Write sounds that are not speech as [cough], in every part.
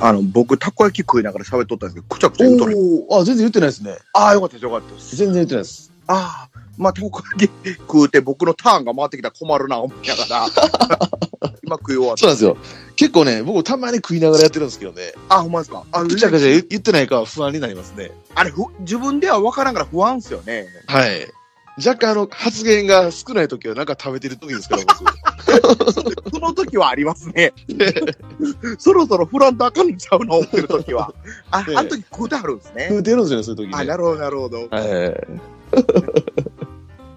あの、僕、たこ焼き食いながら喋っとったんですけど、くちゃくちゃ言うとる。おお、あ、全然言ってないですね。ああ、よかったです、よかったです。全然言ってないです。ああ、まあ、たこ焼き食うて僕のターンが回ってきたら困るな、思いなが [laughs] ら。今食い終わった。そうなんですよ。結構ね、僕たまに食いながらやってるんですけどね、あ、ほんまですか。あのぐちゃぐちゃ言言ってないかは不安になりますね。あれ、ふ自分では分からんから不安っすよね。はい。若干あの、発言が少ない時はなんか食べてる時ですから、僕その時はあります [laughs] ね。そろそろフランとあかんのちゃうの思ってる時は。あ、ええあの時食うてはるんですね [laughs] 食。うてるんですよね、そういう時あ、ね。なるほど、なるほど。はい。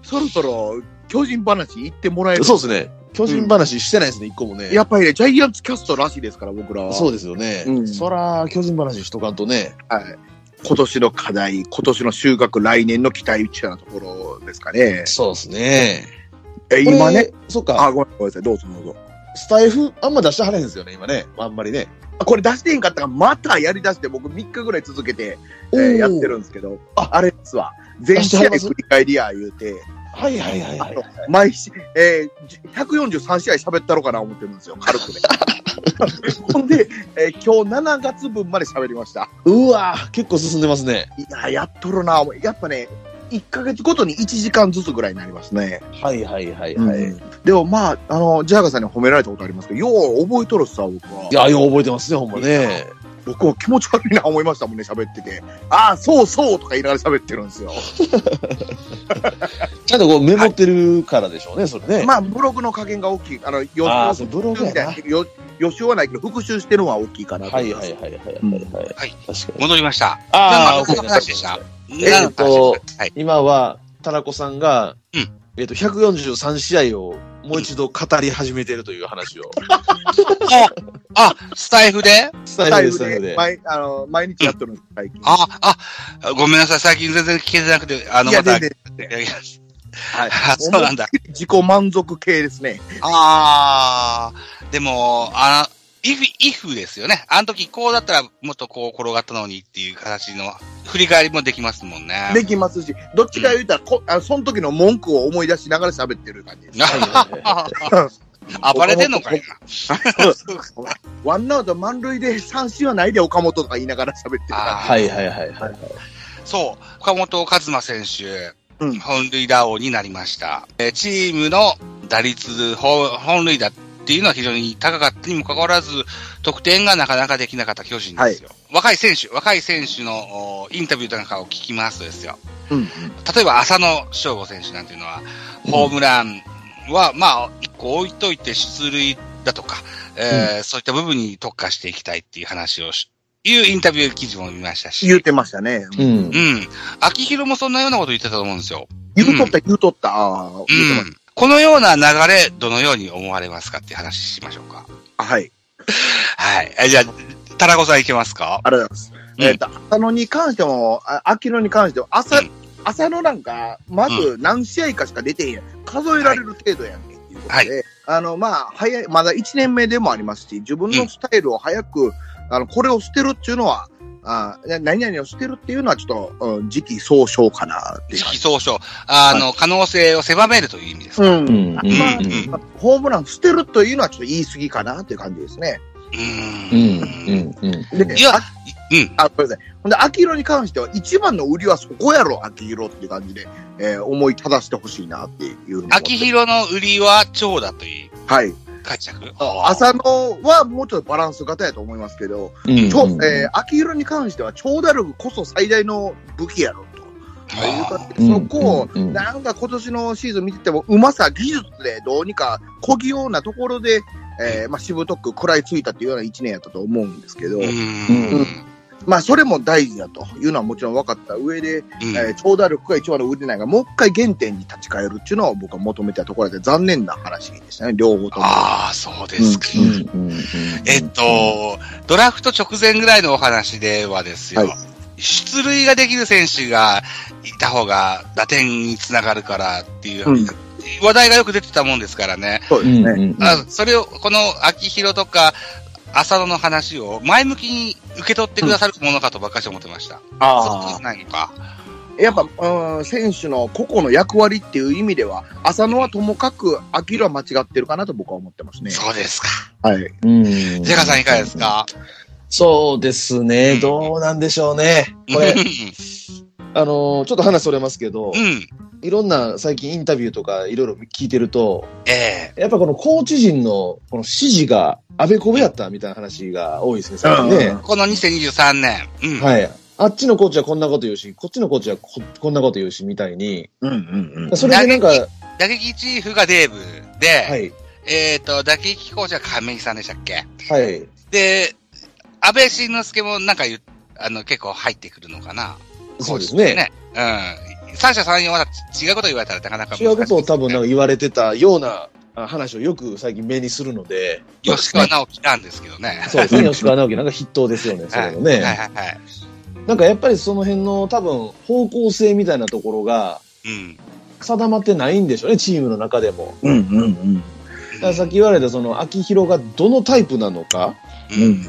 そろそろ巨人話行ってもらえる。そうですね。巨人話してないですね、一個もね。やっぱりね、ジャイアンツキャストらしいですから、僕らは。そうですよね。うんそら、巨人話しとかんとね。はい。今年の課題、今年の収穫、来年の期待みたいなところですかね。そうですね。え、今ね。。そっか。あ、ごめんごめんなさい。どうぞどうぞ。スタイフ、あんま出してはれへんですよね、今ね。あんまりね。あこれ出してへんかったから、またやり出して、僕3日ぐらい続けて、えーおーやってるんですけど、あああれですわ。全試合出してはります振り返りや言うて、はいはいはいはい。毎試、えーじ143試合喋ったろかな思ってるんですよ、軽くね。 [laughs] ほんで、えー今日7月分まで喋りました。うわぁ結構進んでますね。いや、やっとるな。やっぱね、1ヶ月ごとに1時間ずつぐらいになりますね。はいはいはいはい。でもまあ、あの、ジャーガーさんに褒められたことありますけど、よう覚えとるっすわ、僕は。いや、よう覚えてますね、ほんまね。僕は気持ち悪いな思いましたもんね、喋ってて。ああ、そうそうとか言いながら喋ってるんですよ。ちゃんとこうメモってるからでしょうね、それね。まあ、ブログの加減が大きい。あの、予習あー、そうブログみやたいな。はないよ予習はないけど、復習してるのは大きいかなとは思いいまはすいはいはい。うんはいはい確かに。戻りました。ああ、じゃあまあごめんこのなさい話でしたええっと、はい。今は、田中さんが、うんえっと、143試合をもう一度語り始めてるという話を、あ、スタイフでスタライイルで、スタイブルでで。毎あの毎日やってるんです、最近。あ、あ、ごめんなさい。最近全然聞けてなくて、あの、いや、また。全い然、やいやはいあ [laughs] そうなんだ。自己満足系ですね。ああ、でも、あイフ、イフですよね。あの時こうだったらもっとこう転がったのにっていう形の振り返りもできますもんね。できますし、どっちか言うたら、こあのその時の文句を思い出しながら喋ってる感じです。 [laughs] な暴れてんのかいな。 [laughs] ワンアウト満塁で三振はないで岡本とか言いながら喋ってる感あはいはいはいはい。そう、岡本和真選手、うん本塁打王になりました。えーチームの打率、ほ本塁打っていうのは非常に高かったにもかかわらず、得点がなかなかできなかった巨人ですよ。若い選手、若い選手のおインタビューなんかを聞きますとですよ。じ。うん。例えば浅野翔吾選手なんていうのは、ホームランは、まあ、一個置いといて出塁だとか、えーそういった部分に特化していきたいっていう話をし、いうインタビュー記事も見ましたし。言うてましたね。うんう。ん。秋広もそんなようなこと言ってたと思うんですよ。言うとった、言うとった。ああ、言うてましうん。このような流れ、どのように思われますかっていう話しましょうか。た。はい。はい。えじゃあ、田中さんいけますかありがとうございます。うんえっと、浅野に関しても、あ秋野に関しても、朝うん、朝野なんか、まず何試合かしか出てへんやん。数えられる程度やんけっていうことはいで、あの、まあ、早い、まだ1年目でもありますし、自分のスタイルを早く、あの、これを捨てるっていうのは、あな何々を捨てるっていうのは、ちょっと、うん、時期尚早かなっていう時感期じ。総称。あの、可能性を狭めるという意味ですか。うんう。ん。うん。まあうんホームラン捨てるというのはちょっと言い過ぎかなという感じですね。うー。うんん。うん。で、いやあ、うん。あ、ごめんなさい。ほんで、秋色に関しては、一番の売りはそこやろ、秋色っていう感じで、えー思い正してほしいなっていうのが秋広の売りは長だというはい。解釈。浅野はもうちょっとバランス型やと思いますけど、うん。ちょえー秋色に関しては、長打力こそ最大の武器やろ、と。あいうー感じでそこを、なんか今年のシーズン見てても、うまさ、技術でどうにかこぎようなところで、えーまあ、しぶとく食らいついたっていうような1年やったと思うんですけど、う。うんまあ、それも大事だというのはもちろん分かった上で、うんえー長打力が一番の売りないが、もう一回原点に立ち返るっていうのを僕は求めたところで、残念な話でしたね、両方とも。ああ、そうですか。うん。えっ、と、ドラフト直前ぐらいのお話ではですよ、はい出塁ができる選手がいた方が打点につながるからっていう、うん話題がよく出てたもんですからね。そううでんすうね。ん。あそれを、この秋広とか浅野の話を前向きに受け取ってくださるものかとばっかし思ってました。そうあじゃないのか。あ。やっぱ、うん、選手の個々の役割っていう意味では、浅野はともかく、秋は間違ってるかなと僕は思ってますね。そうですか。はい。ジジェカさんいかがですかそうですね。どうなんでしょうね。これ [laughs] う、んあのーちょっと話それますけど、うん。いろんな最近インタビューとかいろいろ聞いてると、ええやっぱこのコーチ陣のこの指示が安倍コブやったみたいな話が多いですね、最近うんね。この2023年。うん。はい。あっちのコーチはこんなこと言うし、こっちのコーチはここんなこと言うし、みたいに。うんうんそれでなんか、は打撃チーフがデーブで、い。えっ、と、打撃コーチは亀井さんでしたっけはい。で、安倍晋之助もなんか言う、あの、結構入ってくるのかな。そうですね。ね。うん。三者三様は違うこと言われたらなかなか難し違い、うことを多分なんか言われてたようなあ話をよく最近目にするの [laughs] で、吉川直樹なんですけどね。そうですね、吉川直樹なんか筆頭ですよね、それもね。はいはいはい。なんかやっぱりその辺の多分方向性みたいなところがうん。定まってないんでしょうね、チームの中でも。うん。うんうんだからさっき言われたその秋広がどのタイプなのか、うん。うん。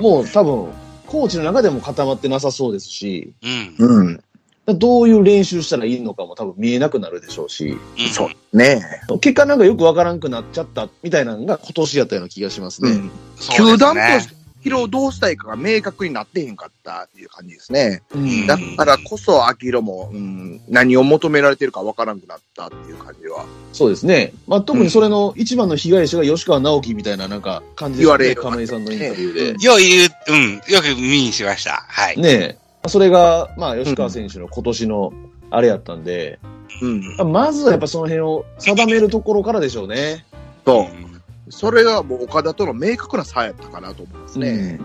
もう多分コーチの中でも固まってなさそうですし、うん。うん。だからどういう練習したらいいのかも多分見えなくなるでしょうし、うん。そうね結果なんかよくわからんくなっちゃったみたいなのが今年やったような気がしますえ。ね。うん。そう球団とですして疲労をどうしたいかが明確になってへんかったっていう感じですね。うんだからこそ、秋広も、うん、何を求められてるかわからなくなったっていう感じはそうですね。まあ、特にそれの一番の被害者が吉川直樹みたいななんか感じですよ言ね。わ亀れ井るさんのインタビューよう言う、うん。よく耳にしました。はい。で。ねえ。それが、まあ、吉川選手の今年のあれやったんで、うん。まずはやっぱその辺を定めるところからでしょうね。そうう。んそれがもう岡田との明確な差やったかなと思いますね。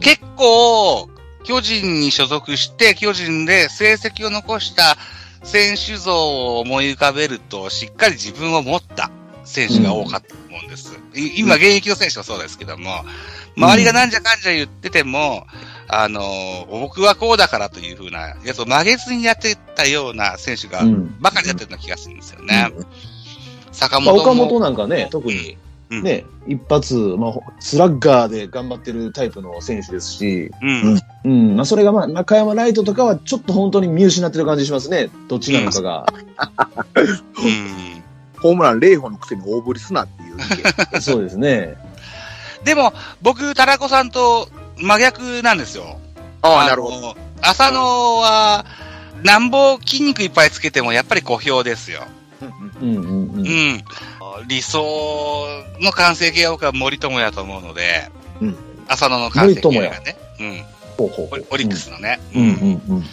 結構、巨人に所属して、巨人で成績を残した選手像を思い浮かべると、しっかり自分を持った選手が多かったと思うんです。い今、現役の選手はそうですけども、周りがなんじゃかんじゃ言ってても、あのー、僕はこうだからというふうなやつを曲げずにやってたような選手がう、ん。ばかりやってたような気がするんですよね。坂まあ、本も。岡本なんかね、特にうんね、一発、まあ、スラッガーで頑張ってるタイプの選手ですし、うん。うん、まあ、それがまあ、中山ライトとかはちょっと本当に見失ってる感じしますね。どっちなのかが。うんホームラン0本のくせに大振りすなって [laughs] いう意見。そうですね。でも、僕、タラコさんと真逆なんですよ。ああ、なるほど。ど。浅野は、なんぼ筋肉いっぱいつけても、やっぱり小兵ですよ。うんうんうんう。うんん。理想の完成形は僕は森友やと思うので、うん浅野の完成形がね。うんほうほうほオうリ。オリックスのね。うんうん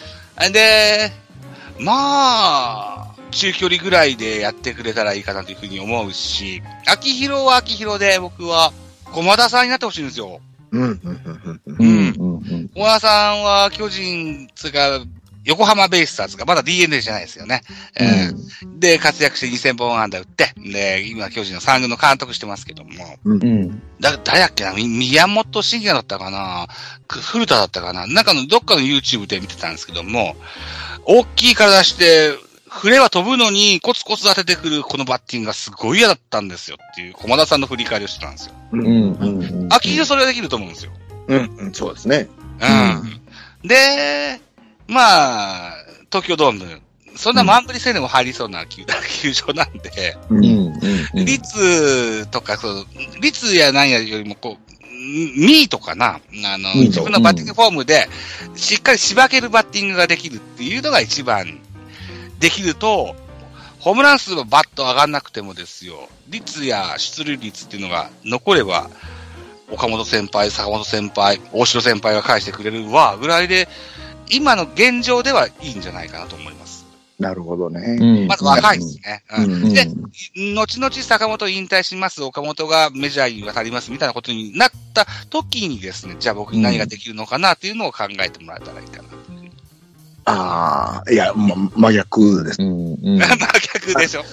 うん。で、まあ、中距離ぐらいでやってくれたらいいかなというふうに思うし、秋広は秋広で僕は駒田さんになってほしいんですよ。うんうんうんうんううんんうんうん小川さんは巨人つが、横浜ベイスターズが、まだ DNA じゃないですよね。えーで、活躍して2000本安打打って、で、今巨人の3軍の監督してますけども、うんだ、誰だっけな、み宮本慎也だったかな、く古田だったかな、なんかのどっかの YouTube で見てたんですけども、大きい体して、触れは飛ぶのに、コツコツ当ててくるこのバッティングがすごい嫌だったんですよっていう、駒田さんの振り返りをしてたんですよ。うんうんうんうん秋広それができると思うんですよ。うんうんそうですね。うん。で、まあ、東京ドーム、そんな満振りせんでも入りそうな球,、 [laughs] 球場なんで、うんうんうんうん率とか、そう率やなんやよりも、こう、ミートかなあの、ミー自ト分のバッティングフォームで、しっかりしばけるバッティングができるっていうのが一番できると、ホームラン数はバッと上がんなくてもですよ、率や出塁率っていうのが残れば、岡本先輩、坂本先輩、大城先輩が返してくれるわ、ぐらいで、今の現状ではいいんじゃないかなと思います。なるほどうね。んまず若いですね。うんうんうんで後々坂本引退します、岡本がメジャーに渡りますみたいなことになった時にですね、じゃあ僕に何ができるのかなっていうのを考えてもらえたらいいかなというふうに。ああ、いや、ま真逆です。うんうん [laughs] まあ逆でしょ。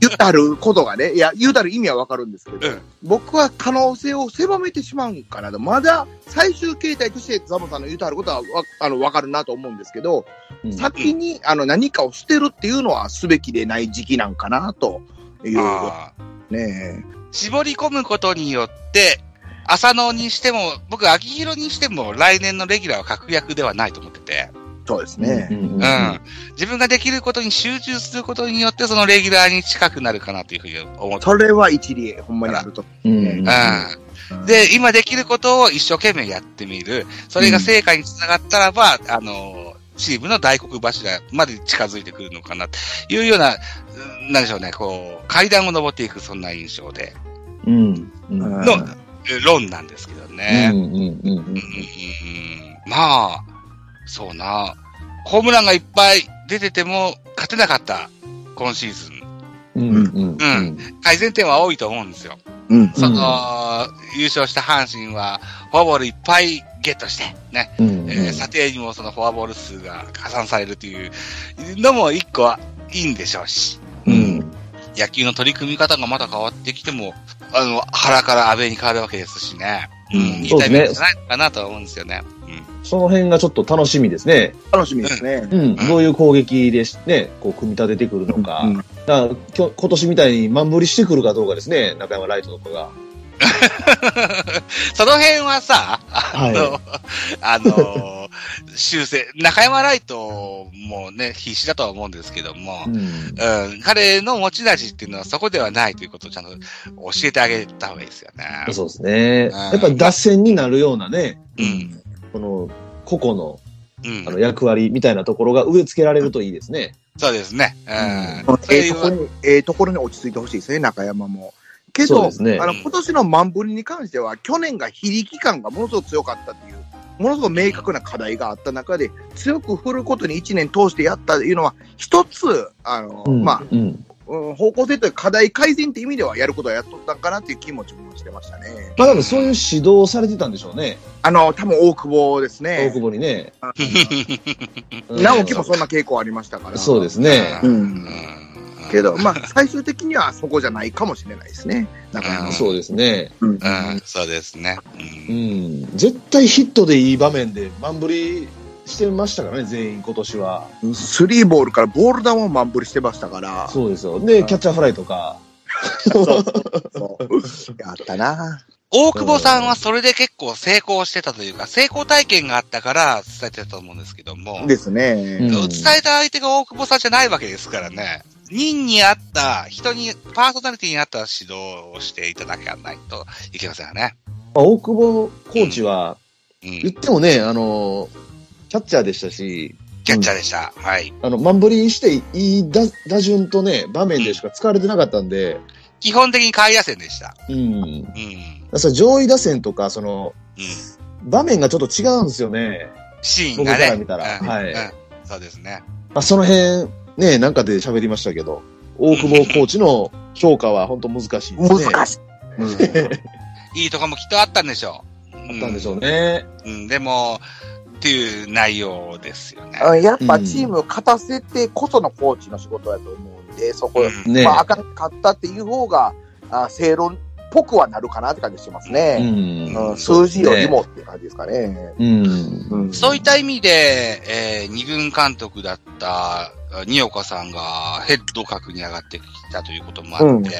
言ったることがね、いや、言うたる意味はわかるんですけど、うん僕は可能性を狭めてしまうんかなと。まだ最終形態としてザボさんの言うたることはわあのわかるなと思うんですけど、うん先にあの何かを捨てるっていうのはすべきでない時期なんかなというこあーとね。絞り込むことによって、浅野にしても、僕、秋広にしても、来年のレギュラーは確約ではないと思ってて、そうですうね。んうんううんん。自分ができることに集中することによって、そのレギュラーに近くなるかなというふうに思ってそれは一理、ほんまにあると。うんうんうんで、今できることを一生懸命やってみる。それが成果につながったらば、あの、チームの大黒柱まで近づいてくるのかな、というような、うんなんでしょうね、こう、階段を登っていく、そんな印象で、うん。うん。うん。うんの、え論なんですけどね。うんうんうんうんまあ、そうな。ホームランがいっぱい出てても勝てなかった、今シーズン。うんうんうん。改善点は多いと思うんですよ。うん。その、優勝した阪神は、フォアボールいっぱいゲットして、ね、うんえー査定にもそのフォアボール数が加算されるというのも一個はいいんでしょうし、うん。野球の取り組み方がまた変わってきても、あの、原から安倍に変わるわけですしね、うん、いいそうタですイミンねグじゃないのかなとは思うんですよね。うん [laughs] その辺がちょっと楽しみですね。楽しみですね。うん。どういう攻撃でしね、こう、組み立ててくるのか。うんだからきょ、今年みたいに満振りしてくるかどうかですね、中山ライトとかが。その辺はさ、あの、 [laughs] あの、修正、中山ライトもね、必死だとは思うんですけども、うん。うん、彼の持ち味っていうのはそこではないということをちゃんと教えてあげた方がいいですよね。そうですね。うんやっぱり脱線になるようなね、うん。この、個々のうんあの役割みたいなところが植え付けられるといいですね。そうですね。ううんん。そええれとこはろに、ええところに落ち着いてほしいですね、中山も。けそうど、ですねあの、今年の満振りに関しては、去年が非力感がものすごく強かったという、ものすごく明確な課題があった中で、強く振ることに1年通してやったというのは、一つ、あの、うん。まあ、うん。うん方向性という課題改善って意味ではやることはやっとったんかなっていう気持ちもしてましたね。まあ多分そういう指導をされてたんでしょうね。あの、多分大久保です大ね。久保にね。うん直樹もそんな傾向ありましたから。そうですね。う。うんんけど、まあ、最終的にはそこじゃないかもしれないですね。中う山んさんそうですね。うんうん、そうですね。うんうん。絶対ヒットでいい場面で満振りしてましたからね、全員今年は。スリーボールからボール球を満振りしてましたから。そうですよ。で、キャッチャーフライとか。そうやったな。大久保さんはそれで結構成功してたというか、成功体験があったから伝えてたと思うんですけども、ですね。伝えた相手が大久保さんじゃないわけですからね、人に合った、人に、パーソナリティに合った指導をしていただかないといけませんよね。まあ大久保コーチは、う言っん。てもね、あの、キャッチャーでしたし、キャッチャーでした。はい。あの、満振りしていい打打順とね、場面でしか使われてなかったんで、基本的に下位打線でした。うん。だかうん。うん。らそれ上位打線とか、その、場面がちょっと違うんですよね。シーンが僕ね。から見たらうんはいうんそうですね。まあ、その辺、ね、なんかで喋りましたけど、大久保コーチの評価は本当難しいですね。難しい。いいとこもきっとあったんでしょう。あだったんでしょうね。うん、でも、っていう内容ですよね。うんやっぱチームを勝たせてこそのコーチの仕事だと思うんで、そこ、うんね。まあ、赤く勝ったっていう方が、あ正論っぽくはなるかなって感じしてますうね。ん。うん数字よりもっていう感じですかね。うん。うんそういった意味で、えー二軍監督だった、あ二岡さんがヘッド格に上がってきたということもあって、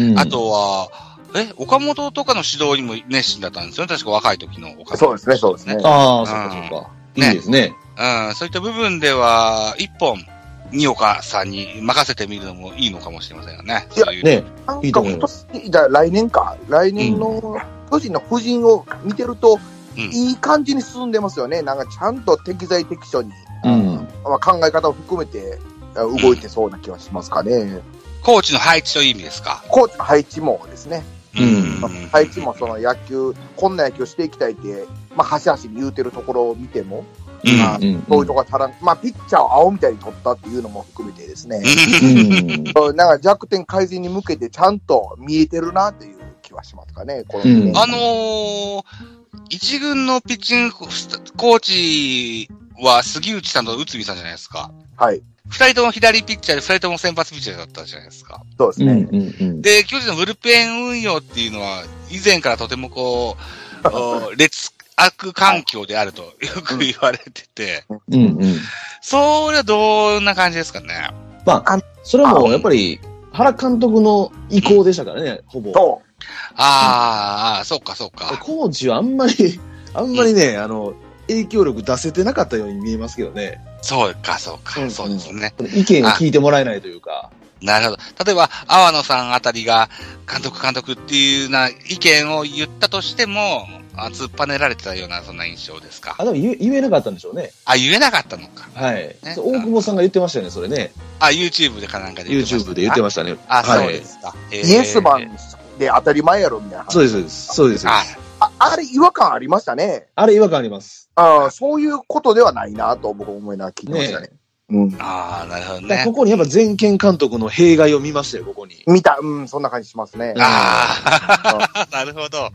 うんあ、とは、え、岡本とかの指導にも熱心だったんですよね。確か若い時の岡本。そうですね、そうですね。ああ、そっかそっか。ねいいですね。うん、そういった部分では、一本、二岡さんに任せてみるのもいいのかもしれませんよね。いやそういう。ね。なんいいかと思い今ま年、だ来年か、来年の巨人の布陣を見てると、うんいい感じに進んでますよね。なんかちゃんと適材適所に、うん。まあ、考え方を含めてあ動いてそうな気はしますかね。コーチの配置という意味ですか。コーチの配置もですね、うん配置もその野球、こんな野球していきたいって、まあ、端々に言うてるところを見ても、うんまあそういうとこが足らん、まあ、ピッチャーを青みたいに取ったっていうのも含めてですね、うん。うんなんか弱点改善に向けてちゃんと見えてるなっていう気はしますかね、この、うんあのー、一軍のピッチングコーチは杉内さんと内海さんじゃないですか。はい、二人とも左ピッチャーで二人とも先発ピッチャーだったじゃないですか。そうですうん。うね。ん。うん。で、巨人のブルペン運用っていうのは、以前からとてもこ [laughs] う、お劣悪環境であるとよく言われてて、うん。うん。それはどんな感じですかね。まあ、それはもうやっぱり、原監督の意向でしたからね、ほぼ。と、あーあー、そうかそうか。コーチはあんまり、あんまりね、あの、影響力出せてなかったように見えますけどね。そうかそうか。うんそうですね。意見を聞いてもらえないというか。なるほど。例えば、阿波野さんあたりが、監督監督っていうような意見を言ったとしても、あ突っぱねられてたような、そんな印象ですかあ、。でも言え言えなかったんでしょうね。あ、言えなかったのか。はい。ねそう大久保さんが言ってましたよね、それね。あ、YouTube でかなんかで言ってました YouTube で言ってましたね。あ、あはいそうですか。イイエスマンで当たり前やろみたいな。そうです、そうです。そうです。あ、ああれ違和感ありましたね。あれ違和感あります。あーそういうことではないなと僕思いながら聞いてましたね。うん。ああ、なるほどだからねこ。こにやっぱ全権監督の弊害を見ましたよ、ここに。見た、うん、そんな感じしますね。ああ、 [laughs] なるほど。うん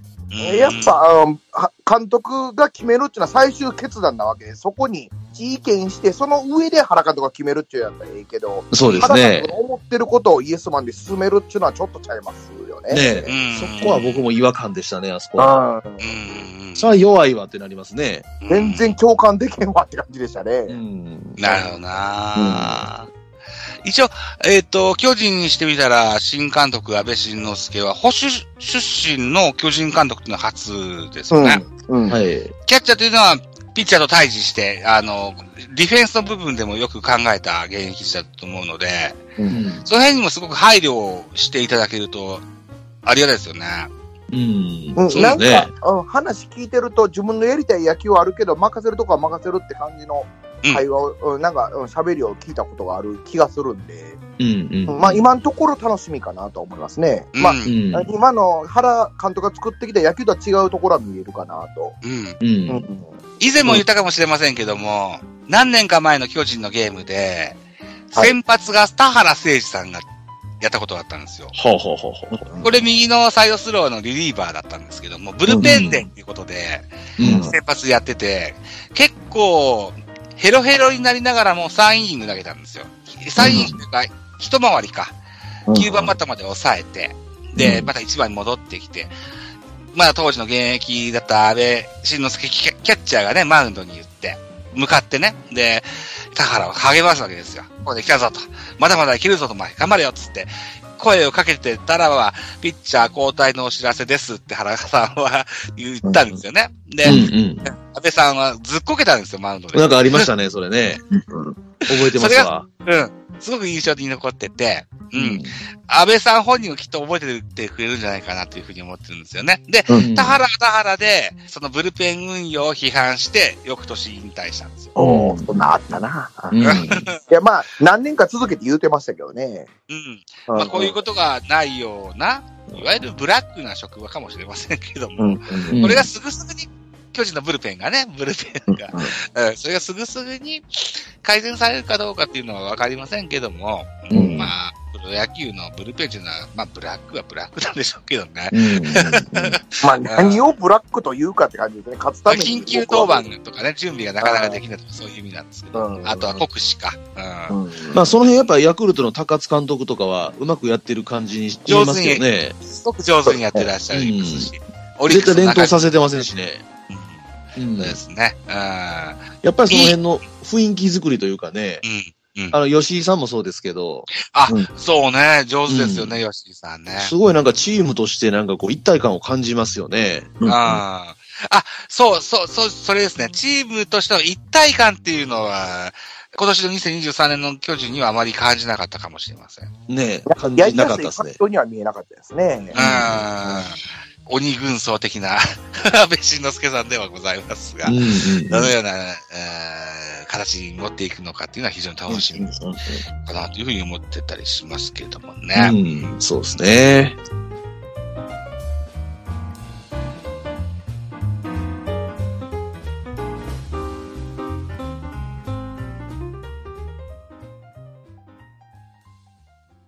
やっ、ぱ、うんは監督が決めるっていうのは最終決断なわけで、そこに意見して、その上で原監督が決めるっていうやったらええけど、そうです原監ね督。の思ってることをイエスマンで進めるっていうのはちょっとちゃいますよね。ねうえんそこは僕も違和感でしたね、あそこは。ううん。それは弱いわってなりますね。ん、全然共感できへんわって感じでしたうね。ん。なるほどな、一応、えっ、と、巨人にしてみたら、新監督、安倍晋之助は、保守出身の巨人監督っていうのは初ですよね、うん。うん。はい。キャッチャーというのは、ピッチャーと対峙して、あの、ディフェンスの部分でもよく考えた現役時代だと思うので、うん。その辺にもすごく配慮をしていただけると、ありがたいですよね。うん。うんそうでなすんねか、。うん、話聞いてると、自分のやりたい野球はあるけど、任せるとこは任せるって感じのうん会話を、うん、なんか、うん喋りを聞いたことがある気がするんで、うん。うん。まあ、今のところ楽しみかなと思いますね。まあう、。うんん。今の原監督が作ってきた野球とは違うところは見えるかなと。うん。う。うんん以前も言ったかもしれませんけども、何年か前の巨人のゲームで、はい先発が田原誠二さんがやったことがあったんですよ。ほうほうほうほう。これ右のサイドスローのリリーバーだったんですけども、ブルペンデンっていうことで、うん。先発やってて、結構、ヘロヘロになりながらも3イニング投げたんですよ。3イニングというか、一回りか。9番バッターまで抑えて、で、うんまた1番に戻ってきて、まだ当時の現役だった安倍晋之助キャキャッチャーがね、マウンドに言って、向かってね、で、田原を励ますわけですよ。ここで来たぞと。まだまだいけるぞと、お前、頑張れよっつって、声をかけてたらは、ピッチャー交代のお知らせですって原さんは言ったんですよね。で、うん。安倍さんはずっこけたんですよ、マウンドで。なんかありましたね、それね。覚えてますわ。うん。すごく印象的に残ってて、うん。安倍さん本人をきっと覚えててくれるんじゃないかなというふうに思ってるんですよね。で、うん田原は田原で、そのブルペン運用を批判して、翌年引退したんですよ。おそんなあったな。うん。いや、まあ、何年か続けて言うてましたけどね。うん。まあ、こういうことがないような、いわゆるブラックな職場かもしれませんけども、うんうんこれがすぐすぐに、巨人のブルペンがね、ブルペンが、うん、それがすぐすぐに改善されるかどうかっていうのはわかりませんけども、うんまあ、プロ野球のブルペンっていうのは、まあ、ブラックはブラックなんでしょうけどね。うん。まあ、何をブラックというかって感じですね。勝つまたあめに。緊急当番とかね、準備がなかなかできないとか、そういう意味なんですけど、うんあとは国士か。ううんん。まあ、その辺やっぱヤクルトの高津監督とかはうまくやってる感じにしますよね。すごく上手にやってらっしゃいますし、オリック絶ス対連の中投にさせてませんしね。うんうんそうですね。うやっぱりその辺の雰囲気作りというかね、ん。うんあの、吉井さんもそうですけど、そうね、上手ですよね、吉井さんね。すごいなんかチームとしてなんかこう一体感を感じますよね。うんあ、そう、そう、そう、それですね。チームとしての一体感っていうのは、今年の2023年の巨人にはあまり感じなかったかもしれません。うん。ねえ、感やじりなやかっすたいです環境ね。には見えなかったですね。鬼軍曹的な [laughs] 安倍晋之助さんではございますがう、んうんどのような、えー形に持っていくのかっていうのは非常に楽しみかなというふうに思ってたりしますけれどもね。うん、そうですね。